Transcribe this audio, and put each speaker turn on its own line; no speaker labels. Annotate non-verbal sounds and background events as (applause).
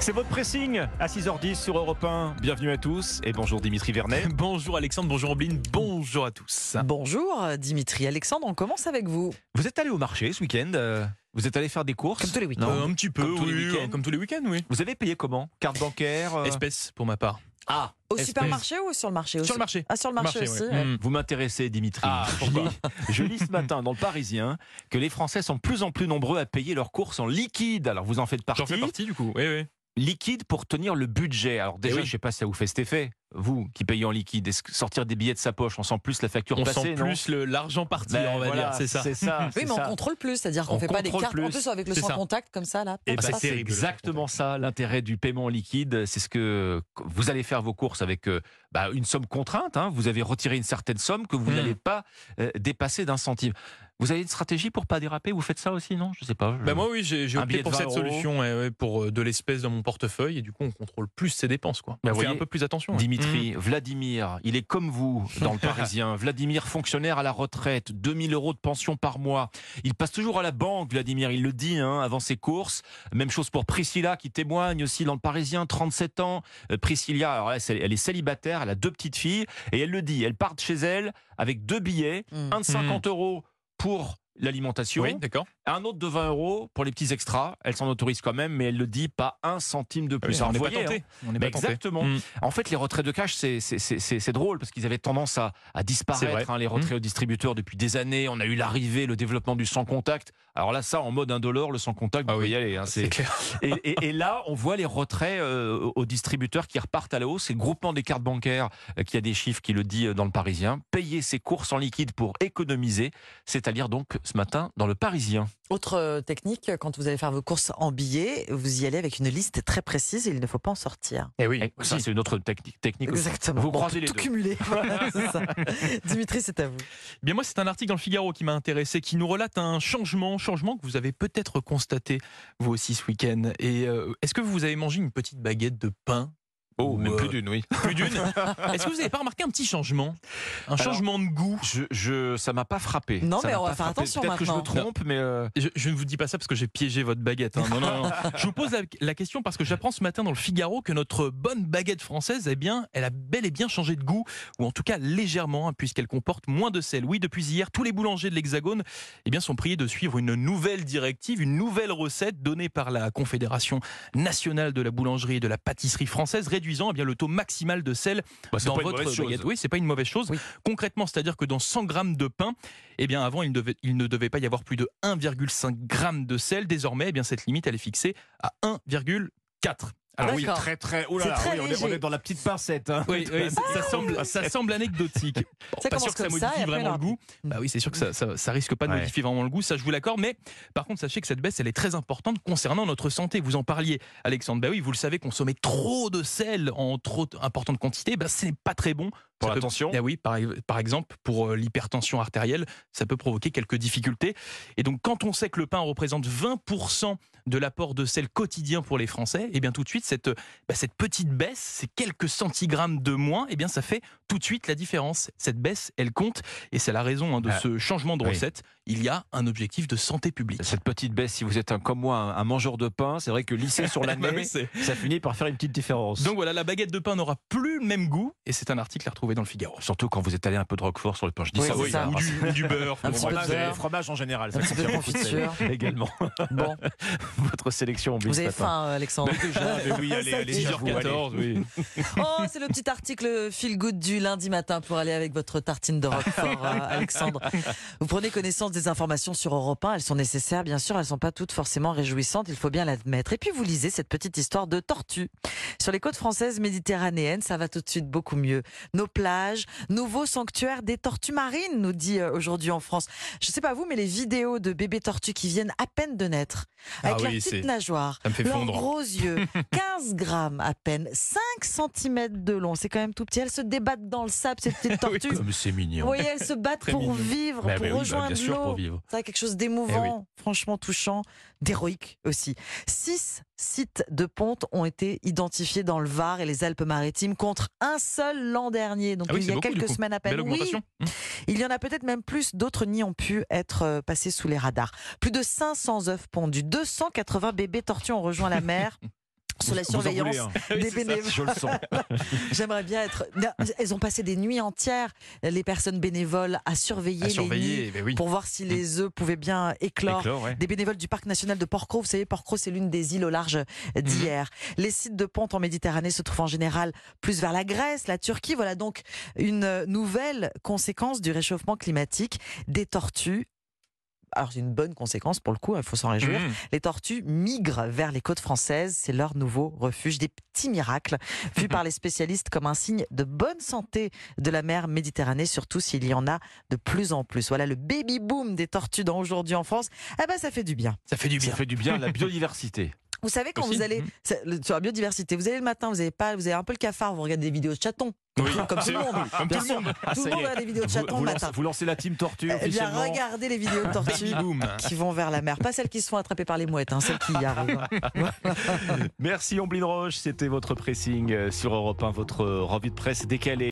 C'est votre pressing à 6h10 sur Europe 1. Bienvenue à tous et bonjour Dimitri Vernet.
(laughs) Bonjour Alexandre, bonjour Ambline, bonjour à tous.
Bonjour euh, Dimitri, Alexandre, on commence avec vous.
Vous êtes allé au marché ce week-end euh, Vous êtes allé faire des courses
Comme tous les week-ends.
Non.
Euh, un petit peu,
Comme tous les
oui,
week-ends.
euh, comme tous les week-ends, oui.
Vous avez payé comment Carte bancaire euh,
Espèces pour ma part.
Ah,
Au
espèce.
supermarché ou sur le marché aussi
Sur le marché.
Ah, sur le marché,
Marché,
aussi.
ouais.
ouais.
Mm.
hmm. vous m'intéressez Dimitri.
Ah, pourquoi
je, lis, je lis ce matin dans le Parisien que les Français sont de plus en plus nombreux à payer leurs courses en liquide. Alors vous en faites partie.
J'en fais partie du coup. Oui, oui.
Liquide pour tenir le budget. Alors déjà,
Eh oui.
je sais pas si ça vous fait cet effet. Vous qui payez en liquide, est-ce que sortir des billets de sa poche, on sent plus la facture
On
passer,
sent
non
plus le- l'argent parti,
Ben,
on va
voilà,
dire, c'est ça.
C'est (laughs) ça.
Oui,
c'est
mais on
ça.
contrôle plus, c'est-à-dire qu'on
On
ne fait pas des
contrôle
cartes. En
plus,
plus, avec le
c'est
sans
ça.
contact, comme ça, là.
Eh ben,
ça,
Ah, c'est
c'est terrible, le
exactement ça l'intérêt du paiement en liquide. C'est ce que vous allez faire vos courses avec euh, bah, une somme contrainte. hein. Vous avez retiré une certaine somme que vous
Hmm.
n'allez pas euh, dépasser d'un centime. Vous avez une stratégie pour pas déraper Vous faites ça aussi, non Je sais pas. je-
Bah moi oui, j'ai j'ai
Un
opté
billet
pour
de
cette
20 euros.
solution, ouais, ouais, pour euh, de l'espèce dans mon portefeuille, et du coup on contrôle plus ses dépenses, quoi.
Ben,
on fait
voyez,
un peu plus attention. ouais. Mm.
Dimitri, Vladimir, il est comme vous
(laughs)
dans le Parisien. Vladimir, fonctionnaire à la retraite, 2000 euros de pension par mois. Il passe toujours à la banque, Vladimir, il le dit, hein, avant ses courses. Même chose pour Priscilla qui témoigne aussi dans le Parisien, 37 ans. Euh, Priscilla, alors là, c'est- elle est célibataire, elle a deux petites filles et elle le dit, elle part de chez elle avec deux billets,
Mm.
un de 50 euros pour l'alimentation,
Oui, d'accord.
un autre de 20 euros pour les petits extras. Elle s'en autorise quand même, mais elle le dit, pas un centime de
Ah oui,
plus.
on
Alors,
n'est pas
voyez,
tenté.
hein.
On n'est
Bah,
pas tenté.
exactement.
Mm.
En fait, les retraits de cash, c'est- c'est c'est- c'est- c'est drôle parce qu'ils avaient tendance à, à
C'est vrai.
disparaître, hein, les retraits aux distributeurs depuis des années. On a eu l'arrivée, le développement du sans contact. Alors là, ça, en mode indolore, le sans contact, vous
Ah oui.
pouvez y aller. hein, c'est-
C'est clair.
et, et- et là, on voit les retraits euh, aux distributeurs qui repartent à la hausse. C'est le groupement des cartes bancaires euh, qui a des chiffres qui le dit euh, dans le Parisien. Payer ses courses en liquide pour économiser, c'est à lire donc ce matin dans le Parisien.
Autre euh, technique, quand vous allez faire vos courses en billets, vous y allez avec une liste très précise et il ne faut pas en sortir.
Eh oui.
Et ça, c'est une autre technique. technique aussi.
Exactement.
Vous
Bon,
croisez les
tout
deux.
(laughs)
cumulé. Voilà, c'est ça. Dimitri, c'est à vous.
Bien moi, c'est un article dans le Figaro qui m'a intéressé, qui nous relate un changement, changement que vous avez peut-être constaté vous aussi ce week-end. Et euh, est-ce que vous avez mangé une petite baguette de pain
Oh, même
Ouais.
plus d'une, oui.
Plus d'une. Est-ce que vous n'avez pas remarqué un petit changement, un
Alors-
changement de goût
Je, je- ça m'a pas frappé.
Non,
Ça
mais
m'a
on va
pas
faire
frappé.
attention
Peut-être que je me
maintenant.
trompe, mais. euh,
je, je ne vous dis pas ça parce que j'ai piégé votre baguette. hein. Non, non, non. Je vous pose la, la question parce que j'apprends ce matin dans le Figaro que notre bonne baguette française, eh bien, elle a bel et bien changé de goût, ou en tout cas légèrement, hein, puisqu'elle comporte moins de sel. Oui, depuis hier, tous les boulangers de l'Hexagone, eh bien, sont priés de suivre une nouvelle directive, une nouvelle recette donnée par la Confédération nationale de la boulangerie et de la pâtisserie française, réduisant eh bien le taux maximal de sel
Bah, c'est
dans
pas une
votre
mauvaise chose.
baguette. Oui, c'est pas une mauvaise chose.
Oui.
Concrètement, c'est-à-dire que dans 100 grammes de pain, eh bien avant, il ne, devait, il ne devait pas y avoir plus de 1,5 grammes de sel. Désormais, eh bien cette limite, elle est fixée à 1,4.
Alors oui,
D'accord.
très très. Oh là
C'est
là,
très
oui, on, est,
léger.
on est dans la petite pincette. hein.
Oui, oui, ça, ça semble, ça semble anecdotique. Bon,
Ça
pas
commence
sûr que ça
comme ça,
modifie
et après,
vraiment le
là-
goût. Bah oui, c'est sûr que ça, ça, ça risque pas de
Ouais.
modifier vraiment le goût, ça je vous l'accorde. Mais par contre, sachez que cette baisse, elle est très importante concernant notre santé. Vous en parliez, Alexandre. Bah oui, vous le savez, consommer trop de sel en trop importante quantité, bah, ce n'est pas très bon.
Pour
Ça peut-
l'attention.
Ah oui, par, par exemple, pour euh, l'hypertension artérielle, ça peut provoquer quelques difficultés. Et donc, quand on sait que le pain représente 20% de l'apport de sel quotidien pour les Français, et bien tout de suite, cette, euh, bah, cette petite baisse, ces quelques centigrammes de moins, et bien ça fait tout de suite la différence. Cette baisse, elle compte, et c'est la raison hein, de
Ah,
ce changement de
oui.
recette. Il y a un objectif de santé publique.
Cette petite baisse, si vous êtes un, comme moi un, un mangeur de pain, c'est vrai que lycée
(laughs)
sur
Bah
l'année,
oui, c'est-
ça finit par faire une petite différence.
donc voilà, la baguette de pain n'aura plus le même goût, et c'est un article à retrouver dans le Figaro.
Surtout quand vous êtes allé un peu de roquefort sur le pain. Je dis
Oui,
ça,
c'est
oui,
ça.
hein.
Ou du,
(laughs)
ou du beurre.
Un
bon,
petit peu
voilà,
de beurre.
c'est-
Et fromage en général, ça
Un petit peu de
confirme aussi,
confiture.
c'est- également.
Bon,
(laughs) Votre sélection. Ambline,
vous avez
ce matin.
faim, euh, Alexandre.
Déjà, mais oui, allez,
(laughs) Ça
allez,
y est.
j'avoue, allez.
10h14, oui.
Oh, c'est le petit article feel good du lundi matin pour aller avec votre tartine
(laughs)
de Roquefort, euh, Alexandre. Vous prenez connaissance des informations sur Europe 1. Elles sont nécessaires, bien sûr. Elles sont pas toutes forcément réjouissantes. Il faut bien l'admettre. Et puis, vous lisez cette petite histoire de tortue. Sur les côtes françaises méditerranéennes, ça va tout de suite beaucoup mieux. Nos plages, nouveau sanctuaire des tortues marines, nous dit euh, aujourd'hui en France. Je sais pas vous, mais les vidéos de bébés tortues qui viennent à peine de naître,
Ah
avec
oui,
leurs
c'est-
petites nageoires,
Ça me fait
leurs
fondre. (laughs)
gros yeux, 15 grammes à peine, 5 cm de long, c'est quand même tout petit. Elles se débattent dans le sable, ces petites
(laughs) Oui,
tortues.
(laughs) Comme c'est mignon.
Vous voyez, elles se battent
Très
pour
mignon.
vivre,
Bah, bah
pour
oui, bah,
rejoindre
bien sûr,
l'eau.
pour vivre.
Ça a quelque chose
Eh
d'émouvant, franchement touchant, d'héroïque aussi. Six sites de ponte ont été identifiés dans le Var et les Alpes-Maritimes contre un seul l'an dernier, donc
Ah oui,
il y
c'est
a
beaucoup, du
quelques
coup.
semaines à peine.
Belle
Oui,
augmentation.
(laughs) il y en a peut-être même plus, d'autres nids ont pu être euh, passés sous les radars. Plus de 500 œufs pondus, 280 bébés tortues ont rejoint la mer. sur la
Vous en voulez,
surveillance
hein.
Oui, c'est
des
ça.
bénévoles.
Je le sens.
J'aimerais bien être. Non, Elles ont passé des nuits entières, les personnes bénévoles, à surveiller,
À
les nids
surveiller, ben oui.
pour voir si les œufs pouvaient bien éclore.
Éclore, ouais.
Des bénévoles du parc national de Porquerolles, vous savez, Porquerolles, c'est l'une des îles au large d'hier. Les sites de ponte en Méditerranée se trouvent en général plus vers la Grèce, la Turquie. Voilà donc une nouvelle conséquence du réchauffement climatique des tortues. Alors, c'est une bonne conséquence pour le coup, hein, il faut s'en réjouir.
Mhm.
Les tortues migrent vers les côtes françaises, c'est leur nouveau refuge. Des petits miracles
(laughs)
vus par les spécialistes comme un signe de bonne santé de la mer Méditerranée, surtout s'il y en a de plus en plus. Voilà le baby boom des tortues dans aujourd'hui en France. Ah bah ça fait du bien.
Ça fait du bien.
Ça fait du bien à la biodiversité.
Vous savez quand
Aussi.
vous allez
Mhm.
ça- le- sur la biodiversité, vous allez le matin, vous avez pas, vous avez un peu le cafard, vous regardez des vidéos de chatons. Comme tout le monde.
Comme
Bien
tout le
sûr.
monde.
Ah,
Tout
ça
le
y
monde
est.
regarde des vidéos de
Vous,
chatons
vous
le
lancez,
matin.
vous lancez la team tortue
Eh bien,
officiellement.
regardez les vidéos
(laughs)
de tortues qui vont vers la mer. Pas celles qui se font attraper par les mouettes, hein, celles qui y arrivent.
Merci Omblin Roche, c'était votre pressing euh, sur Europe 1, votre euh, revue de presse décalée.